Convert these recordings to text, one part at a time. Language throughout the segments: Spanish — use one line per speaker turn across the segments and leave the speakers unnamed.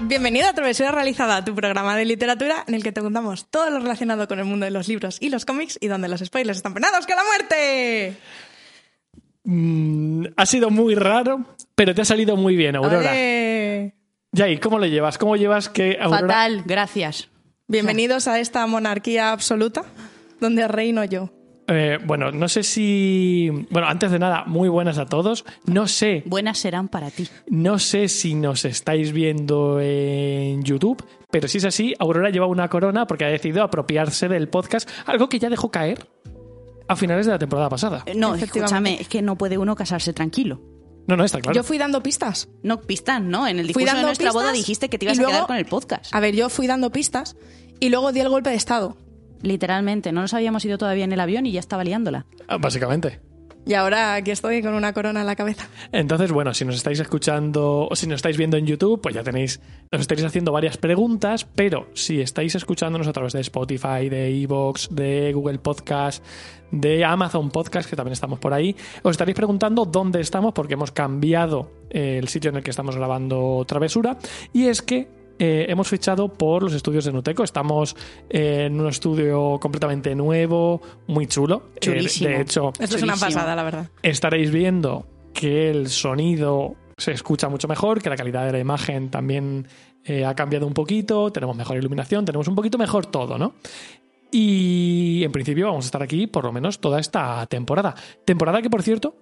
Bienvenido a Travesura Realizada, tu programa de literatura en el que te contamos todo lo relacionado con el mundo de los libros y los cómics y donde los spoilers están penados con la muerte.
Mm, ha sido muy raro, pero te ha salido muy bien, Aurora.
¡Ole!
Yay, ¿cómo lo llevas? ¿Cómo llevas que Aurora...
Fatal, gracias.
Bienvenidos a esta monarquía absoluta donde reino yo.
Eh, bueno, no sé si... Bueno, antes de nada, muy buenas a todos. No sé,
Buenas serán para ti.
no sé si nos estáis viendo en YouTube, pero si es así, Aurora lleva una corona porque ha decidido apropiarse del podcast, algo que ya dejó caer a finales de la temporada pasada.
Eh, No,
Efectivamente.
escúchame, es que no puede uno casarse tranquilo.
No, no, está claro.
Yo fui dando pistas.
No, pistas, ¿no? En el
Fui
discurso de
dando
nuestra
pistas
boda dijiste que te ibas
y
a quedar
luego-
con el podcast.
A ver, yo fui dando pistas y luego di el golpe de estado.
Literalmente, no nos habíamos ido todavía en el avión y ya estaba liándola.
Ah, Básicamente.
Y ahora aquí estoy con una corona en la cabeza.
Entonces, bueno, si nos estáis escuchando o si nos estáis viendo en YouTube, pues ya tenéis, nos estáis haciendo varias preguntas, pero si estáis escuchándonos a través de Spotify, de Evox, de Google Podcast, de Amazon Podcast, que también estamos por ahí, os estaréis preguntando dónde estamos porque hemos cambiado eh, el sitio en el que estamos grabando Travesura. Y es que eh, hemos fichado por los estudios de Nuteco. Estamos eh, en un estudio completamente nuevo, muy chulo. Eh, de-
Chulísimo.
de hecho,
Esto es una
Chulísimo.
pasada, la verdad.
estaréis viendo que el sonido se escucha mucho mejor, que la calidad de la imagen también eh, ha cambiado un poquito, tenemos mejor iluminación, tenemos un poquito mejor todo, ¿no? Y en principio vamos a estar aquí por lo menos toda esta temporada. Temporada que, por cierto,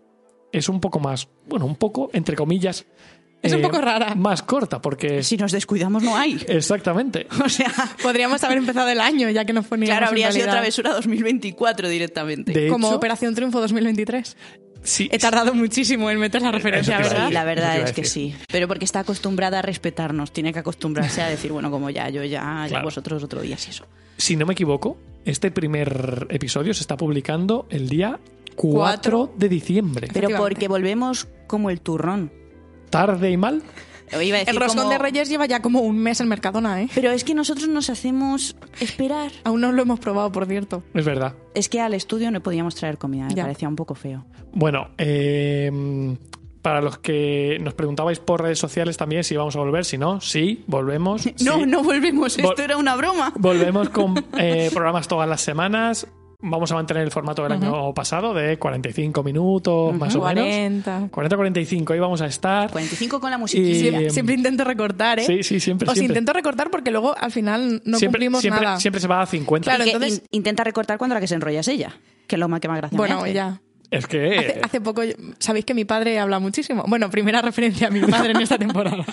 es un poco más, bueno, un poco, entre comillas. eh,
Es un poco rara.
Más corta, porque.
Si nos descuidamos, no hay.
Exactamente.
O sea,
Podríamos haber empezado el año ya que nos poníamos
claro, habría
en
sido
realidad.
travesura 2024 directamente.
De
Como
hecho,
Operación Triunfo 2023.
sí,
He tardado muchísimo en meter la referencia,
Eso te iba
¿verdad?
a Eso
Sí, la
te
verdad
iba a
es que
decir.
sí. Pero porque está acostumbrada a respetarnos, tiene que acostumbrarse a decir, bueno, como ya, yo ya, ya
Claro.
vosotros otro día, si eso.
si no me equivoco, este primer episodio se está publicando el día 4,
Cuatro.
de diciembre.
Pero
Efectivamente.
porque volvemos como el turrón.
Tarde y mal.
O iba a decir
El roscón
como-
de Reyes lleva ya como un mes en Mercadona, ¿eh?
Pero es que nosotros nos hacemos esperar.
Aún no lo hemos probado, por cierto.
Es verdad.
Es que al estudio no podíamos traer comida, me
Ya.
parecía un poco feo.
Bueno, eh, para los que nos preguntabais por redes sociales también si íbamos a volver, si no, sí, volvemos. sí.
volvemos,
Vol- esto
era una broma.
Volvemos con eh, programas todas las semanas. Vamos a mantener el formato del año pasado de 45 minutos, más o menos.
40.
40-45, ahí vamos a estar.
45 con la musiquilla.
Y-
Sie-
em,
siempre intento recortar, ¿eh?
Sí, sí, siempre,
Os
siempre.
intento recortar porque luego al final no
siempre,
cumplimos
siempre-
nada.
siempre se va a 50.
Claro,
Que
entonces-
in- intenta recortar cuando la que se enrolla es ella, que es lo más que más gracia. me
Bueno,
hace.
ya.
Es que.
Hace, hace poco, yo- sabéis que mi padre habla muchísimo. Bueno, primera referencia a mi padre en esta temporada.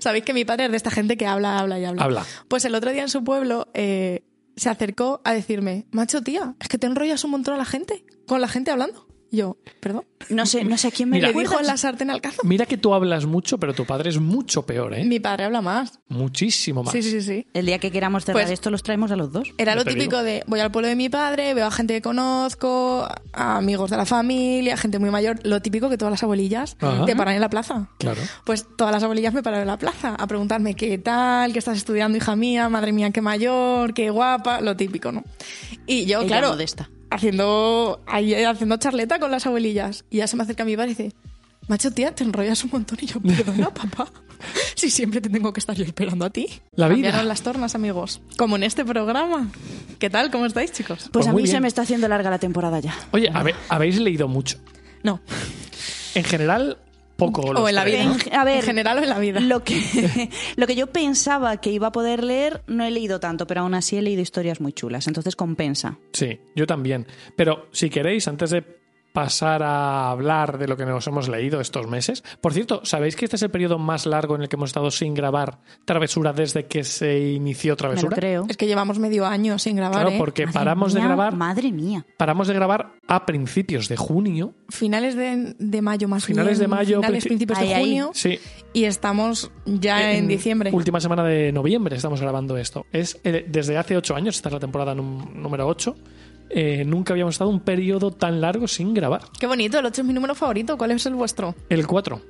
sabéis que mi padre es de esta gente que habla, habla y habla.
Habla.
Pues el otro día en su pueblo eh, se acercó a decirme, macho tía, es que te enrollas un montón a la gente, con la gente hablando. Y yo, perdón.
No sé, no sé a quién me
Mira.
Le
recuerdas.
dijo la sartén al cazo.
Mira que tú hablas mucho, pero tu padre es mucho peor, ¿eh?
Mi padre habla más.
Muchísimo más.
Sí, sí, sí.
El día que queramos cerrar
Pues-
esto los traemos a los dos.
Era
Ya
lo
te
típico de voy al pueblo de mi padre, veo a gente que conozco, a amigos de la familia, gente muy mayor, lo típico que todas las abuelillas
Ajá.
te paran en la plaza.
Claro.
Pues todas las abuelillas me pararon en la plaza a preguntarme qué tal, qué estás estudiando, hija mía, madre mía, qué mayor, qué guapa, lo típico, ¿no? Y yo,
Ella
claro,
modesta. Pues
haciendo ahí, eh, haciendo charleta con las abuelillas. Y ya se me acerca mi padre y dice, macho tía, te enrollas un montón. Y yo, perdona, papá, si siempre te tengo que estar yo esperando a ti.
La vida.
Cambiaron las tornas, amigos. Como en este programa. ¿Qué tal? ¿Cómo estáis, chicos?
Pues,
Pues
a
muy
mí se
bien.
me está haciendo larga la temporada ya.
Oye, habe- habéis leído mucho.
No.
En general, poco.
O
los
en la
tres,
vida.
¿no?
En- a ver,
en general o en la vida.
Lo que, lo que yo pensaba que iba a poder leer, no he leído tanto, pero aún así he leído historias muy chulas, entonces compensa.
Sí, yo también. Pero si queréis, antes de pasar a hablar de lo que nos hemos leído estos meses. Por cierto, ¿sabéis que este es el periodo más largo en el que hemos estado sin grabar Travesura desde que se inició
Me lo
Travesura?
creo.
Es que llevamos medio año sin grabar,
Claro,
¿eh?
porque
Madre
paramos de
mía,
grabar,
Madre mía.
paramos de grabar a principios de junio.
Finales de, de mayo más
Finales
bien,
de mayo,
finales,
princi-
principios
Ahí,
de
ahí.
junio
Sí,
y estamos ya Ah, en, diciembre.
Última semana de noviembre estamos grabando esto. Es eh, desde hace ocho años, esta es la temporada num- número 8. nunca habíamos estado un periodo tan largo sin grabar.
Qué bonito, el 8 es mi número favorito. ¿Cuál es el vuestro?
El 4.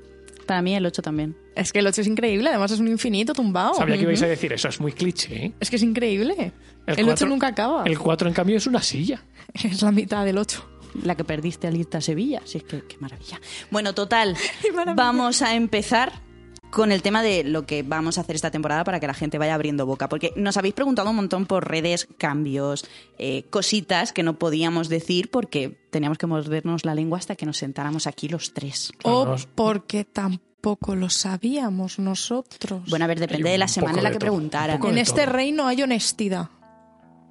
Para mí el 8 también.
Es que el 8 es increíble, además es un infinito tumbado.
Sabía que
Oh, Ujú.
ibais a decir, eso es muy cliché. ¿eh?
Es que es increíble. El, 8
cuatro-
nunca acaba.
El 4, en cambio, es una silla.
Es la mitad del 8.
La que perdiste al irte a Sevilla. Así es que qué maravilla. Bueno, total.
Qué maravilla.
vamos a empezar con el tema de lo que vamos a hacer esta temporada para que la gente vaya abriendo boca. Porque nos habéis preguntado un montón por redes, cambios, eh, cositas que no podíamos decir porque teníamos que mordernos la lengua hasta que nos sentáramos aquí los tres.
Claro,
O
es-
porque tampoco lo sabíamos nosotros.
Bueno, a ver, depende
Hay
de la
un
semana
poco
en la
de
que
todo, un
preguntaran.
poco
en
de
este
todo.
reino hay honestidad.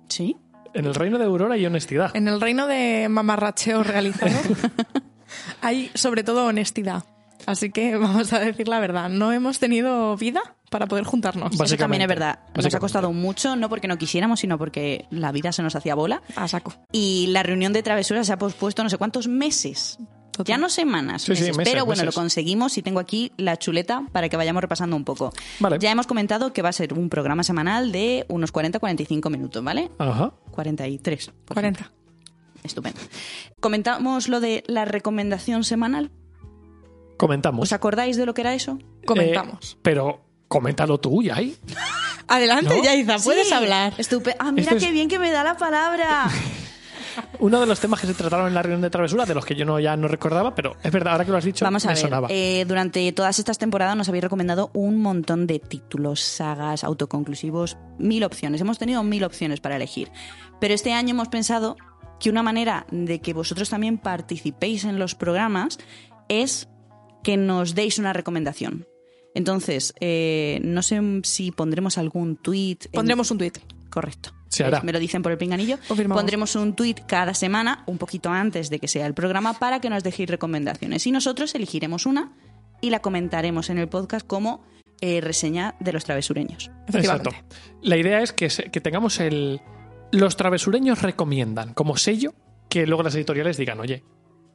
¿Sí?
En el reino de Aurora hay honestidad.
En el reino de mamarracheo realizado hay sobre todo honestidad. Así que vamos a decir la verdad, no hemos tenido vida para poder juntarnos.
Vas-
Eso también es verdad. Nos
Básicamente.
ha costado mucho, no porque no quisiéramos, sino porque la vida se nos hacía bola.
A saco.
Y la reunión de travesura se ha pospuesto no sé cuántos meses.
Total.
Ya no semanas,
Sí, sí,
meses,
meses,
pero bueno,
meses.
lo conseguimos y tengo aquí la chuleta para que vayamos repasando un poco.
Vale.
Ya hemos comentado que va a ser un programa semanal de unos 40-45 minutos, ¿vale?
Ajá.
43. por
40.
ejemplo. Estupendo. Comentamos lo de la recomendación semanal.
Comentamos.
¿Os acordáis de lo que era eso?
Comentamos.
Eh, pero coméntalo tú, ya ahí.
Adelante,
¿No?
Yaiza, puedes
Sí.
hablar.
Estupe- ah, mira
Esto es-
qué bien que me da la palabra.
Uno de los temas que se trataron en la reunión de travesura, de los que yo no, ya no recordaba, pero es verdad, ahora que lo has dicho,
Vamos a
me
ver,
sonaba.
eh, durante todas estas temporadas nos habéis recomendado un montón de títulos, sagas, autoconclusivos, mil opciones. Hemos tenido mil opciones para elegir. Pero este año hemos pensado que una manera de que vosotros también participéis en los programas es que nos deis una recomendación. Entonces, eh, no sé si pondremos algún tweet.
Pondremos un tuit.
Correcto.
Se hará.
Me lo dicen por el pinganillo.
Confirmamos.
Pondremos un tuit cada semana, un poquito antes de que sea el programa, para que nos dejéis recomendaciones. Y nosotros elegiremos una y la comentaremos en el podcast como eh, reseña de los travesureños.
Efectivamente.
La idea es que, se- que tengamos el. Los travesureños recomiendan como sello que luego las editoriales digan, oye,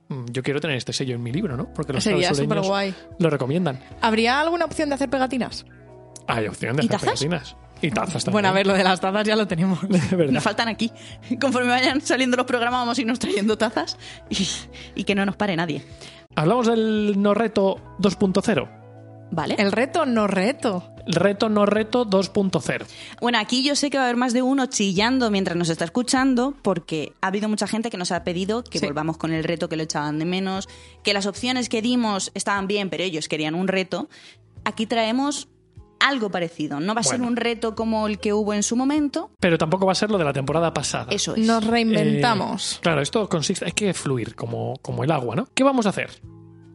mm, yo quiero tener este sello en mi libro, ¿no? Porque los
Sería súper
travesureños
guay.
lo recomiendan.
¿Habría alguna opción de hacer pegatinas?
Hay opción de
¿Y
hacer
tazas?
pegatinas. Y tazas también.
Bueno, a ver, lo de las tazas ya lo tenemos.
Es verdad.
Nos faltan aquí. Conforme vayan saliendo los programas, vamos a irnos trayendo tazas y, y que no nos pare nadie.
Hablamos del no reto 2.0.
¿Vale?
El reto no reto.
Reto no reto 2.0.
Bueno, aquí yo sé que va a haber más de uno chillando mientras nos está escuchando, porque ha habido mucha gente que nos ha pedido que
Sí.
volvamos con el reto, que lo echaban de menos, que las opciones que dimos estaban bien, pero ellos querían un reto. Aquí traemos algo parecido. No va a ser
Bueno.
un reto como el que hubo en su momento.
Pero tampoco va a ser lo de la temporada pasada.
Eso es.
Nos
Eh,
reinventamos.
claro, esto consiste. Hay que fluir como, como el agua, ¿no? ¿Qué vamos a hacer?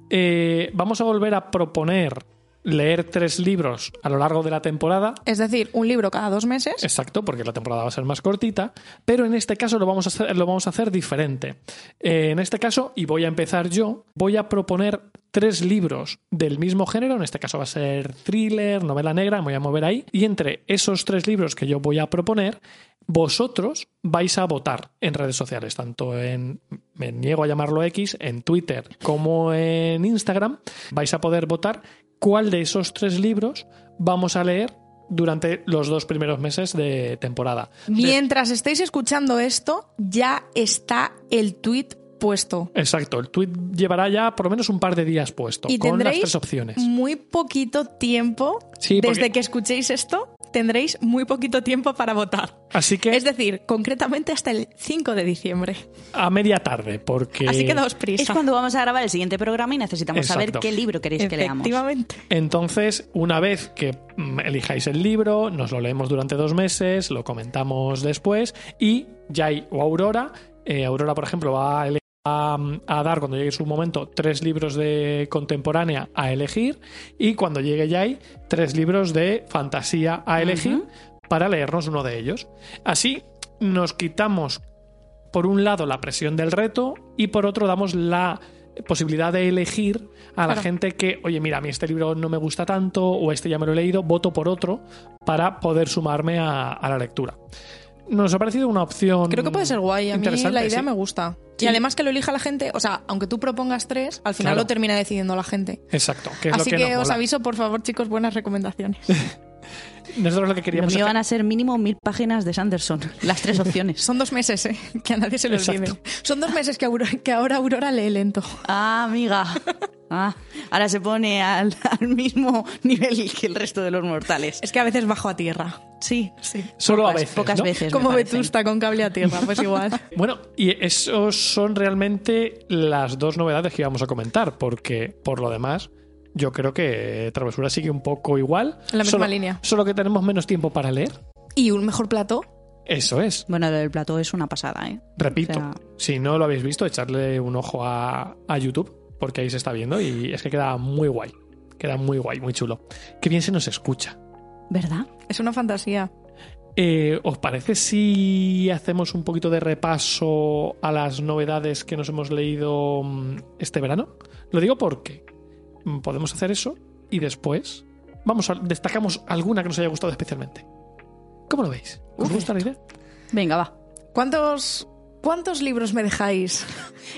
Eh, vamos a volver a proponer leer tres libros a lo largo de la temporada.
Es decir, un libro cada dos meses.
Exacto, porque la temporada va a ser más cortita, pero en este caso lo vamos a hacer, lo vamos a hacer diferente. Eh, en este caso, y voy a empezar yo, voy a proponer tres libros del mismo género, en este caso va a ser thriller, novela negra, me voy a mover ahí, y entre esos tres libros que yo voy a proponer, vosotros vais a votar en redes sociales, tanto en, me niego a llamarlo X, en Twitter como en Instagram, vais a poder votar cuál de esos tres libros vamos a leer durante los dos primeros meses de temporada.
Mientras estéis escuchando esto, ya está el tweet puesto.
De- exacto, el tweet llevará ya por lo menos un par de días puesto,
Y
con las
tendréis Mm.
tres opciones.
Muy poquito tiempo.
Sí, porque-
Desde que escuchéis esto, tendréis muy poquito tiempo para votar.
Así que
Es decir, concretamente hasta el 5 de diciembre.
a media tarde, porque
Así que daos
Es
prisa.
cuando vamos a grabar el siguiente programa y necesitamos saber
Exacto.
qué libro queréis que leamos.
Efectivamente.
entonces, una vez que mm, elijáis el libro, nos lo leemos durante dos meses, lo comentamos después, y Jai o Aurora, eh, Aurora, por ejemplo, va a elegir a, a dar cuando llegue su momento tres libros de contemporánea a elegir y cuando llegue Yai tres libros de fantasía a elegir para leernos uno de ellos. Así nos quitamos por un lado la presión del reto y por otro damos la posibilidad de elegir a la
Claro.
gente que, oye, mira, a mí este libro no me gusta tanto o este ya me lo he leído, voto por otro para poder sumarme a, a la lectura. Nos ha parecido una opción.
Creo que puede ser guay. A mí
interesante,
la idea
sí.
me gusta.
Sí.
Y además que lo elija la gente, o sea, aunque tú propongas tres, al final
Claro.
lo termina decidiendo la gente.
Exacto, que es
Así
lo
que,
que, nos
os
mola.
aviso, por favor, chicos, buenas recomendaciones.
Nosotros lo que
Lo
queríamos
mío
hacer-
van a ser mínimo mil páginas de Sanderson, las tres opciones.
Son dos meses, ¿eh? que a nadie se lo olvide.
Exacto.
Son dos meses que, Aurora- que ahora Aurora lee lento.
Ah, amiga. Ah, ahora se pone al, al mismo nivel que el resto de los mortales.
Es que a veces bajo a tierra.
Sí,
Sí.
Solo
pocas,
a veces.
pocas
¿no?
veces. me
Como
parecen.
Vetusta con cable a tierra, pues igual.
Bueno, y esos son realmente las dos novedades que íbamos a comentar, porque por lo demás, yo creo que Travesura sigue un poco igual.
En la misma
solo-
línea.
Solo que tenemos menos tiempo para leer.
y un mejor plato.
Eso es.
Bueno, lo del plató es una pasada, ¿eh?
Repito,
O sea-
si no lo habéis visto, echarle un ojo a, a YouTube, porque ahí se está viendo y es que queda muy guay. Queda muy guay, muy chulo. Qué bien se nos escucha.
¿Verdad?
Es una fantasía.
Eh, ¿Os parece si hacemos un poquito de repaso a las novedades que nos hemos leído mm, este verano? Lo digo porque mm, podemos hacer eso y después vamos a, destacamos alguna que nos haya gustado especialmente. ¿Cómo lo veis? ¿Os gusta la idea?
Venga, va.
¿Cuántos, cuántos libros me dejáis?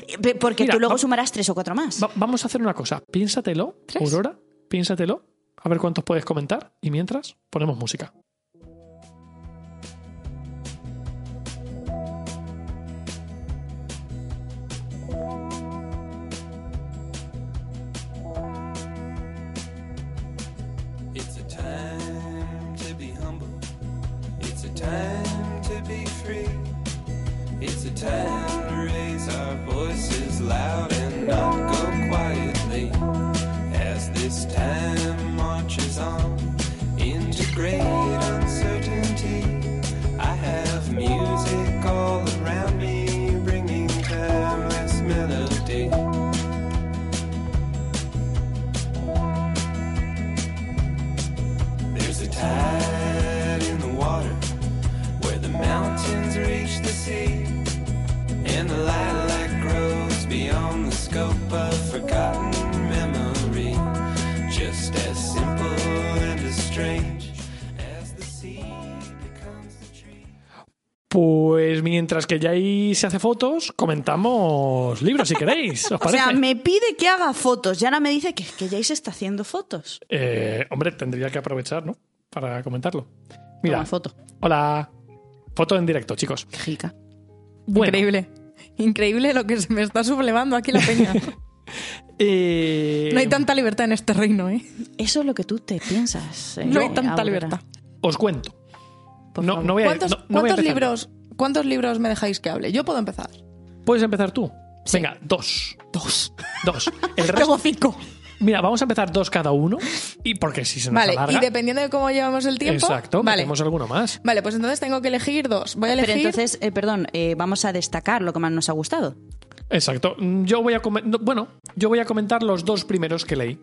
Eh, pe- Porque
Mira,
tú luego
va-
sumarás tres o cuatro más.
Va- vamos a hacer una cosa. Piénsatelo,
¿Tres?
Aurora, piénsatelo. A ver cuántos puedes comentar y mientras ponemos música.
It's a time to be humble. It's a time to be free. It's a time to raise our voices loud and not go quietly. As this time marches on into great uncertainty, I have music all around me bringing timeless melody. There's a tide in the water where the mountains reach the sea, and the lilac grows beyond the scope of forgotten memory. Just as simple and as strange as the sea becomes the tree.
Pues mientras que ya ahí se hace fotos, comentamos libros si queréis. ¿Os
O
parece?
sea, me pide que haga fotos. Y ahora me dice que, que Jay se está haciendo fotos.
Eh, hombre, tendría que aprovechar, ¿no? Para comentarlo. Mira,
Toma foto.
hola. Foto en directo, chicos.
Qué jica.
Bueno,
Increíble. Increíble lo que se me está sublevando aquí la peña.
eh,
No hay tanta libertad en este reino, ¿eh?
Eso es lo que tú te piensas. eh,
No hay tanta
Aurora.
libertad.
Os cuento.
Por
No,
favor.
no voy a,
¿Cuántos,
no- no voy a
cuántos
empezar.
libros, ¿Cuántos libros me dejáis que hable? Yo puedo empezar.
¿Puedes empezar tú?
Sí.
Venga, dos.
Dos.
Dos. El resto-
Tengo cinco.
mira, vamos a empezar dos cada uno. Y porque si se nos
Vale,
alarga.
y dependiendo de cómo llevamos el tiempo.
Exacto,
vale.
metemos alguno más.
Vale, pues entonces tengo que elegir dos. Voy a
Pero
elegir.
entonces, eh, perdón, eh, vamos a destacar lo que más nos ha gustado.
Exacto. Mm, Yo voy a comen- no, bueno, yo voy a comentar los dos primeros que leí.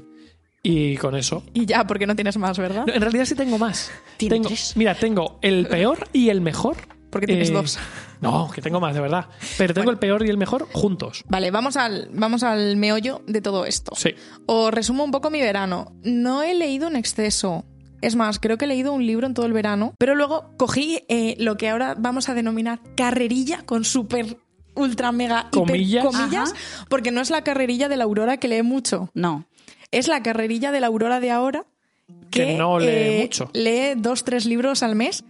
Y con eso.
Y ya, porque no tienes más, ¿verdad?
No, en realidad sí tengo más.
Tiene
Tengo-
tres.
Mira, tengo el peor y el mejor. eh,
Porque tienes dos.
No, que tengo más, de verdad. Pero tengo el peor y el mejor juntos.
Vale, vamos al, vamos al meollo de todo esto.
Sí.
Os resumo un poco mi verano. No he leído en exceso. Es más, creo que he leído un libro en todo el verano, pero luego cogí eh, lo que ahora vamos a denominar carrerilla con super ultra mega hiper
Comillas.
comillas, porque no es la carrerilla de la Aurora que lee mucho,
No.
es la carrerilla de la Aurora de ahora
Que
que,
no lee
eh,
mucho.
Lee dos, tres libros al mes,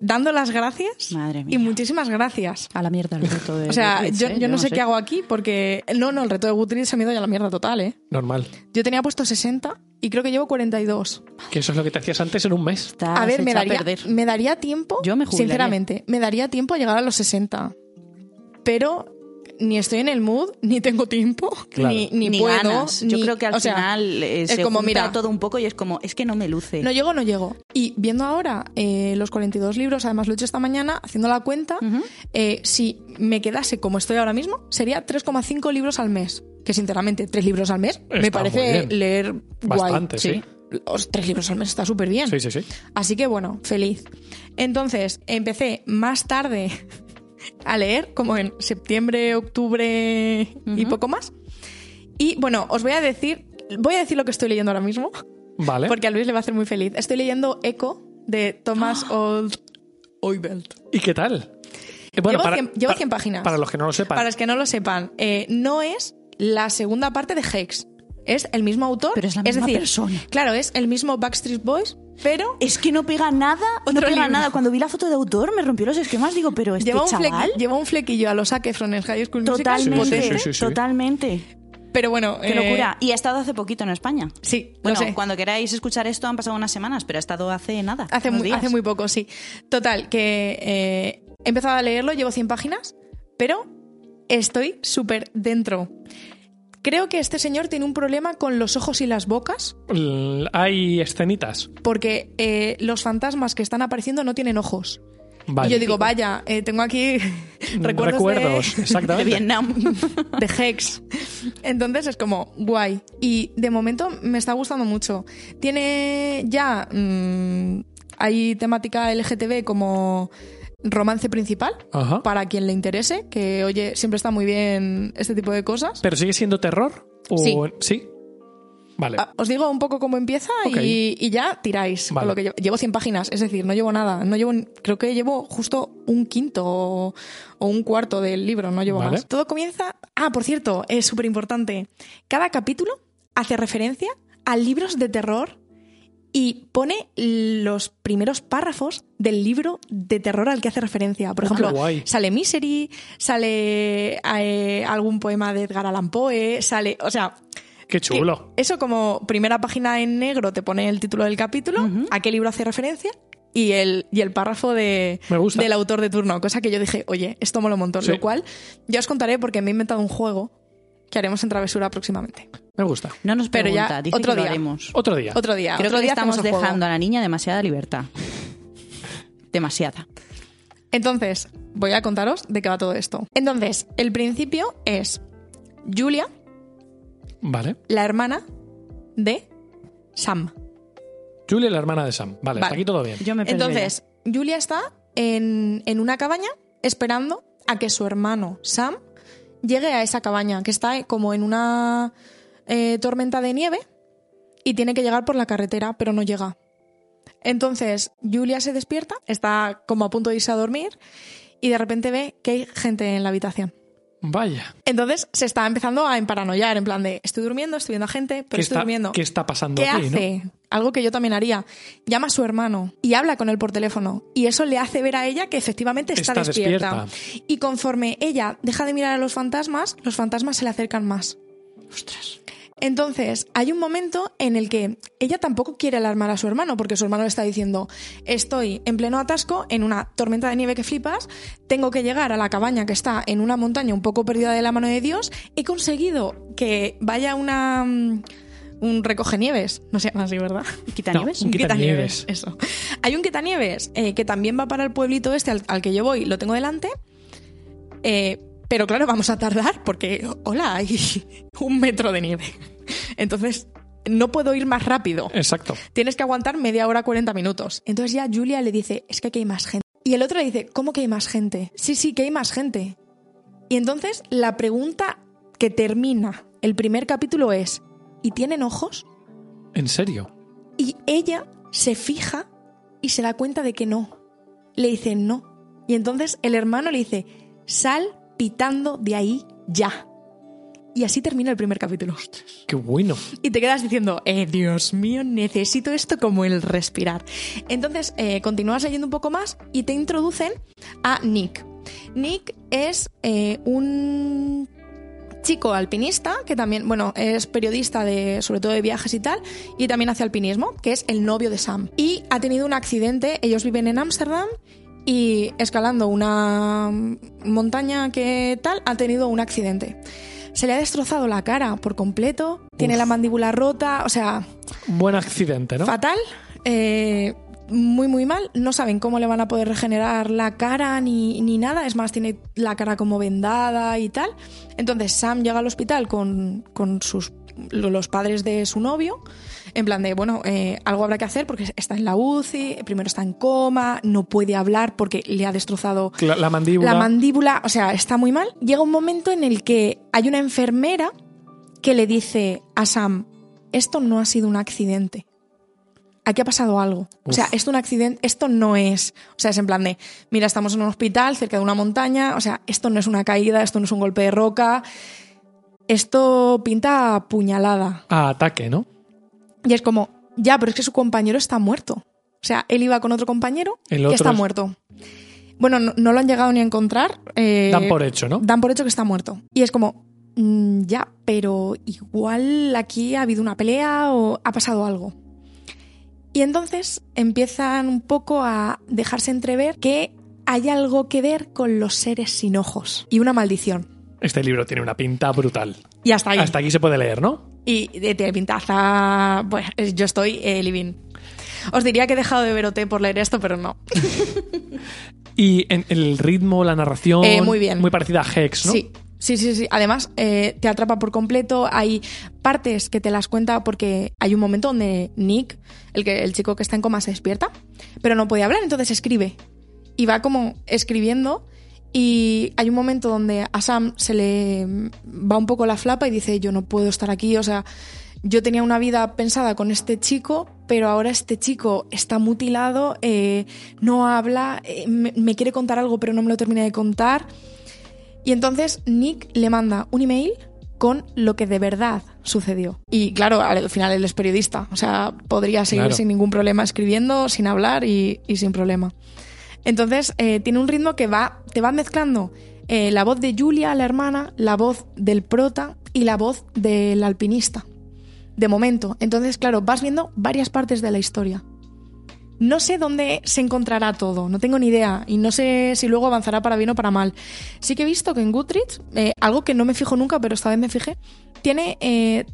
dando las gracias
Madre mía.
y muchísimas gracias.
A la mierda el reto de.
O sea,
Goodreads,
yo,
eh,
yo no sé qué hago aquí porque... No, no, el reto de Goodreads se me ha ido ya a la mierda total, ¿eh?
Normal.
Yo tenía puesto 60 y creo que llevo 42.
Que eso es lo que te hacías antes en un mes.
Estás
A ver, me
hecha
daría,
perder.
me daría tiempo...
Yo me jubilaría.
Sinceramente, me daría tiempo a llegar a los 60. Pero ni estoy en el mood, ni tengo tiempo,
Claro.
ni, ni, puedo.
ganas. Yo
ni-
creo que al
o sea,
final eh,
es
se
como,
junta
mira,
todo un poco y es como, es que no me luce.
No llego, no llego. Y viendo ahora eh, los 42 libros, además lo he hecho esta mañana, haciendo la cuenta,
Ujú.
eh, si me quedase como estoy ahora mismo, sería 3,5 libros al mes. Que sinceramente, 3 libros al mes me
Está muy
parece
bien.
leer guay.
Bastante, sí.
Los 3 libros al mes está súper bien.
Sí, sí, sí.
Así que bueno, feliz. Entonces, empecé más tarde a leer, como en septiembre, octubre y
Ujú.
poco más. Y bueno, os voy a decir, voy a decir lo que estoy leyendo ahora mismo,
Vale.
porque a Luis le va a hacer muy feliz. Estoy leyendo Echo de Thomas Old Oibelt.
¿Y qué tal? Eh,
Llevo 100 llevo 100 páginas.
Para los que no lo sepan.
Para los que no lo sepan, eh, no es la segunda parte de Hex. Es el mismo autor.
Pero es la misma
decir,
persona.
Claro, es el mismo Backstreet Boys, pero
Es que no pega nada, no
Otro
pega
libro.
nada. Cuando vi la foto de autor me rompió los esquemas, digo, pero este
lleva, un
chaval...
flequi- lleva un flequillo a los Zac Efron en High School Musical
Totalmente,
potente.
Sí, sí, sí, sí.
totalmente.
Pero bueno,
Qué
eh,
locura. Y ha estado hace poquito en España.
Sí, lo
Bueno,
sé.
cuando queráis escuchar esto han pasado unas semanas, pero ha estado hace nada.
hace,
unos
muy,
días.
hace muy poco, sí. Total, que eh, he empezado a leerlo, llevo 100 páginas, pero estoy súper dentro. Creo que este señor tiene un problema con los ojos y las bocas,
L- Hay escenitas.
porque eh, los fantasmas que están apareciendo no tienen ojos.
Vale. Mm,
Y yo digo, vaya, eh, tengo aquí recuerdos,
Recuerdos,
de-
De
exactamente.
Vietnam.
de Hex. Entonces es como guay. Y de momento me está gustando mucho. Tiene ya. mm, hay temática LGTB como romance principal.
Ajá.
Para quien le interese, que oye, siempre está muy bien este tipo de cosas.
¿Pero sigue siendo terror? ¿O...
Sí.
Vale.
Ah, Os digo un poco cómo empieza y-
Ok.
y, ya tiráis. con
Vale.
lo que llevo. llevo 100 páginas, es decir, no llevo nada. No llevo, creo que llevo justo un quinto o, o un cuarto del libro, no llevo
Vale.
más. Todo comienza. Ah, por cierto, es súper importante. Cada capítulo hace referencia a libros de terror y pone los primeros párrafos del libro de terror al que hace referencia. Por
Oh, qué
ejemplo,
guay.
sale Misery, sale eh, algún poema de Edgar Allan Poe, sale. O sea.
Qué
Que
chulo.
Eso como primera página en negro te pone el título del capítulo, a qué libro hace referencia y el, y el párrafo de,
Me gusta.
del autor de turno, cosa que yo dije, oye, esto mola un montón,
Sí.
lo cual ya os contaré porque me he inventado un juego que haremos en Travesura próximamente.
Me gusta.
No nos
Pero ya,
pregunta, dice
otro
que lo
día.
haremos.
Otro día.
Otro día,
Creo
otro
que le
día hacemos
estamos
el juego.
dejando a la niña demasiada libertad. Demasiada.
Entonces, voy a contaros de qué va todo esto. Entonces, el principio es Julia,
Vale.
la hermana de Sam.
Julia, la hermana de Sam. Vale,
Vale.
hasta aquí todo bien.
Yo me perdí
Entonces, Julia está en, en una cabaña esperando a que su hermano Sam llegue a esa cabaña, que está eh, como en una eh, tormenta de nieve y tiene que llegar por la carretera, pero no llega. Entonces, Julia se despierta, está como a punto de irse a dormir y de repente ve que hay gente en la habitación.
Vaya.
Entonces se está empezando a emparanoiar, en plan de estoy durmiendo, estoy viendo a gente, pero
¿Qué
estoy
está,
durmiendo.
¿Qué está pasando
¿Qué
aquí? no?
hace? Algo que yo también haría. Llama a su hermano y habla con él por teléfono. Y eso le hace ver a ella que efectivamente está,
Está
despierta. Y conforme ella deja de mirar a los fantasmas, los fantasmas se le acercan más.
Ostras.
Entonces, hay un momento en el que ella tampoco quiere alarmar a su hermano, porque su hermano le está diciendo, estoy en pleno atasco, en una tormenta de nieve que flipas, tengo que llegar a la cabaña que está en una montaña un poco perdida de la mano de Dios, he conseguido que vaya una... mm, un recogenieves, no se llama así, ¿verdad?
¿Quitanieves?
No. Un quitanieves.
Eso. Hay un quitanieves eh, que también va para el pueblito este al, al que yo voy, lo tengo delante. Eh, pero claro, vamos a tardar porque, hola, hay un metro de nieve. Entonces, no puedo ir más rápido.
Exacto.
Tienes que aguantar media hora, 40 minutos. Entonces ya Julia le dice, es que aquí hay más gente. Y el otro le dice, ¿cómo que hay más gente? Sí, sí, que hay más gente. Y entonces la pregunta que termina el primer capítulo es, ¿y tienen ojos?
¿En serio?
Y ella se fija y se da cuenta de que no. Le dice no. Y entonces el hermano le dice, sal pitando de ahí ya. Y así termina el primer capítulo.
Qué bueno.
Y te quedas diciendo, eh, Dios mío, necesito esto como el respirar. Entonces, eh, continúas leyendo un poco más y te introducen a Nick. Nick es eh, un chico alpinista que también, bueno, es periodista de, sobre todo de viajes y tal, y también hace alpinismo, que es el novio de Sam. Y ha tenido un accidente, ellos viven en Ámsterdam y escalando una montaña que tal ha tenido un accidente. Se le ha destrozado la cara por completo, tiene la mandíbula rota, o sea,
Un buen accidente, ¿no?
fatal, eh, muy, muy mal. No saben cómo le van a poder regenerar la cara ni, ni nada. Es más, tiene la cara como vendada y tal. Entonces Sam llega al hospital con, con sus, los padres de su novio, en plan de, bueno, eh, algo habrá que hacer porque está en la UCI, primero está en coma, no puede hablar porque le ha destrozado
Cla- La mandíbula.
la mandíbula, o sea, está muy mal. Llega un momento en el que hay una enfermera que le dice a Sam, esto no ha sido un accidente. Aquí ha pasado algo. O sea,
Uf.
esto un accidente, esto no es. O sea, es en plan de, mira, estamos en un hospital cerca de una montaña, o sea, esto no es una caída, esto no es un golpe de roca. Esto pinta puñalada.
a ataque, ¿no?
Y es como, ya, pero es que su compañero está muerto. O sea, él iba con otro compañero
El
que
otro
está
es-
muerto. Bueno, no, no lo han llegado ni a encontrar. eh,
Dan por hecho, ¿no?
Dan por hecho que está muerto. Y es como, mm, ya, pero igual aquí ha habido una pelea o ha pasado algo. Y entonces empiezan un poco a dejarse entrever que hay algo que ver con los seres sin ojos y una maldición.
Este libro tiene una pinta brutal.
Y hasta ahí.
Hasta aquí se puede leer, ¿no?
Y de- tiene pintaza. Bueno, eh, yo estoy eh, living. Os diría que he dejado de ver OT por leer esto, pero no.
Y en el ritmo, la narración.
Eh, muy bien.
Muy parecida a Hex, ¿no?
Sí, sí, sí, sí. Además, eh, te atrapa por completo. Hay partes que te las cuenta porque hay un momento donde Nick, el, que, el chico que está en coma, se despierta, pero no puede hablar, entonces escribe. Y va como escribiendo. Y hay un momento donde a Sam se le mm, va un poco la flapa y dice, yo no puedo estar aquí, o sea, yo tenía una vida pensada con este chico, pero ahora este chico está mutilado, eh, no habla, eh, me- me quiere contar algo, pero no me lo termina de contar. Y entonces Nick le manda un email con lo que de verdad sucedió. Y claro, al final él es periodista, o sea, podría seguir
Claro.
sin ningún problema escribiendo, sin hablar y, y sin problema. Entonces eh, tiene un ritmo que va, te va mezclando eh, la voz de Julia, la hermana, la voz del prota y la voz del alpinista. De momento. Entonces, claro, vas viendo varias partes de la historia. No sé dónde se encontrará todo, no tengo ni idea y no sé si luego avanzará para bien o para mal. Sí que he visto que en Goodreads, eh, algo que no me fijo nunca, pero esta vez me fijé, tiene eh,